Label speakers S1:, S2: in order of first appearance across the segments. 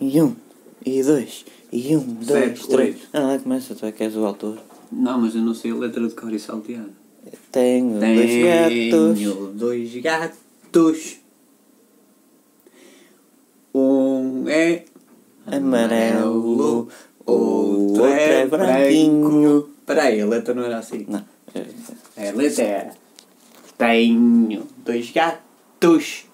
S1: E um, e dois, e um, dois,
S2: Sete,
S1: três.
S2: oito.
S1: Ah, lá começa, tu é que és o autor.
S2: Não, mas eu não sei a letra de cor e salteado.
S1: Tenho, dois gatos.
S2: Tenho dois gatos. Um é
S1: Amarelo,
S2: outro é branquinho. Peraí, a letra não era assim.
S1: Não. é,
S2: A letra era Tenho dois gatos.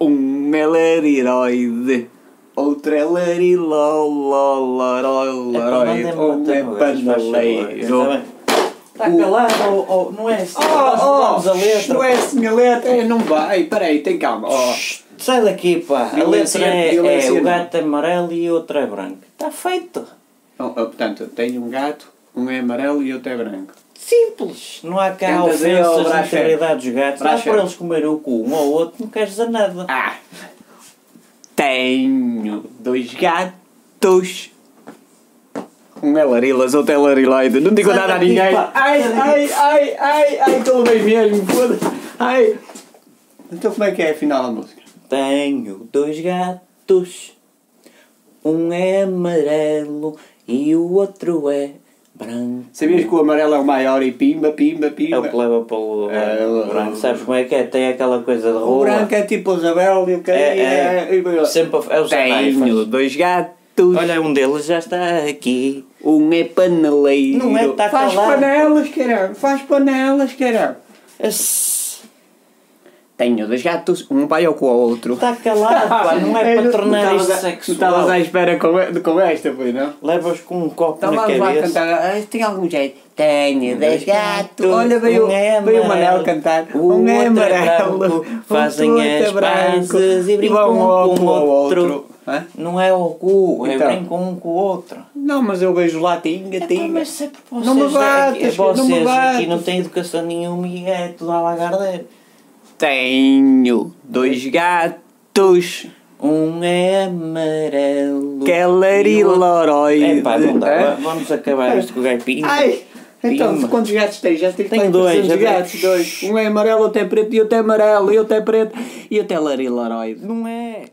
S2: Um é lariroide. Outro é
S1: mandem-me
S2: larilololoroide. Um
S1: outra
S2: é
S1: vez, tá faz favor.
S2: panaleiro.
S1: Está bem. Está calado ou, ou não é assim? Nós
S2: Oh,
S1: mudamos
S2: oh,
S1: a letra.
S2: não é assim a letra, é, não vai, peraí, tem calma. Oh,
S1: Shhh, Sai daqui, pá. A
S2: Violência,
S1: letra é, é
S2: violência,
S1: o
S2: não.
S1: gato é amarelo e outro é branco. Está feito.
S2: Oh, oh, portanto, tenho um gato, um é amarelo e outro é branco.
S1: Simples. Não há cá
S2: Tenta dizer ao
S1: ofensas na
S2: Brasher.
S1: integridade dos gatos. Dá
S2: Brasher.
S1: para eles comerem o cu um ao outro, não queres dizer nada.
S2: Ah, tenho dois gatos. Um é Larilas, outro é Larilaide. Não digo
S1: Sai
S2: nada a
S1: daqui,
S2: ninguém.
S1: pá.
S2: Ai,
S1: Sai
S2: ai,
S1: daqui.
S2: ai, ai, ai, estou bem mesmo, foda Ai. Então como é que é afinal a música?
S1: Tenho dois gatos. Um é amarelo e o outro é branco.
S2: Sabias que o amarelo é o maior e pimba, pimba,
S1: É o que
S2: pimba.
S1: leva para o
S2: É, o-
S1: branco. Sabes como é que é? Tem aquela coisa de
S2: O
S1: rua.
S2: branco é tipo o Isabel e o que
S1: É, é. Sempre a- é os
S2: Tenho
S1: ataifas.
S2: dois gatos.
S1: Olha, um deles já está aqui.
S2: Um é paneleiro.
S1: Não é, tá
S2: Faz
S1: calado.
S2: panelas, caralho. Faz panelas, caralho.
S1: Está
S2: Tenho dois gatos, um vai ao com o outro.
S1: Tá calado, pá. Não é para tornar
S2: Não
S1: isto
S2: estavas a- Não estavas à
S1: sexual.
S2: espera com, e- com esta, pois não?
S1: Levas com um copo
S2: Então
S1: na
S2: vamos lá
S1: cabeça.
S2: cantar. Ah, Tem algum jeito? Tenho Um dois
S1: Dois
S2: gatos.
S1: gatos,
S2: Olha, veio,
S1: um é
S2: veio o
S1: amarelo,
S2: Manel cantar.
S1: o
S2: Um é
S1: outro é
S2: amarelo.
S1: branco, fazem
S2: outro é
S1: as
S2: branco,
S1: pazes e brincam
S2: vão
S1: um
S2: ao
S1: com
S2: com
S1: o
S2: o
S1: outro.
S2: Hã?
S1: Não é o cu, é
S2: Então.
S1: brinco um com o outro.
S2: Não, mas eu vejo lá, tinga,
S1: Então,
S2: tinga.
S1: mas sempre vocês,
S2: Não me
S1: aqui-
S2: bates, é não me
S1: vocês aqui
S2: bates.
S1: não têm educação nenhuma e é tudo a lagardeira.
S2: Tenho dois gatos.
S1: Um é amarelo.
S2: é
S1: e o outro-
S2: Kelleriloroide.
S1: É pá, não dá. va- Vamos acabar isto com o gaipinho.
S2: Ai! Então,
S1: Pimba.
S2: quantos gatos tens? Já tens
S1: Tenho
S2: pai,
S1: dois,
S2: 300
S1: já tenho.
S2: gatos, dois. Um é amarelo, outro é preto, e outro é amarelo, e outro é preto, e outro é larilaroide.
S1: Não é.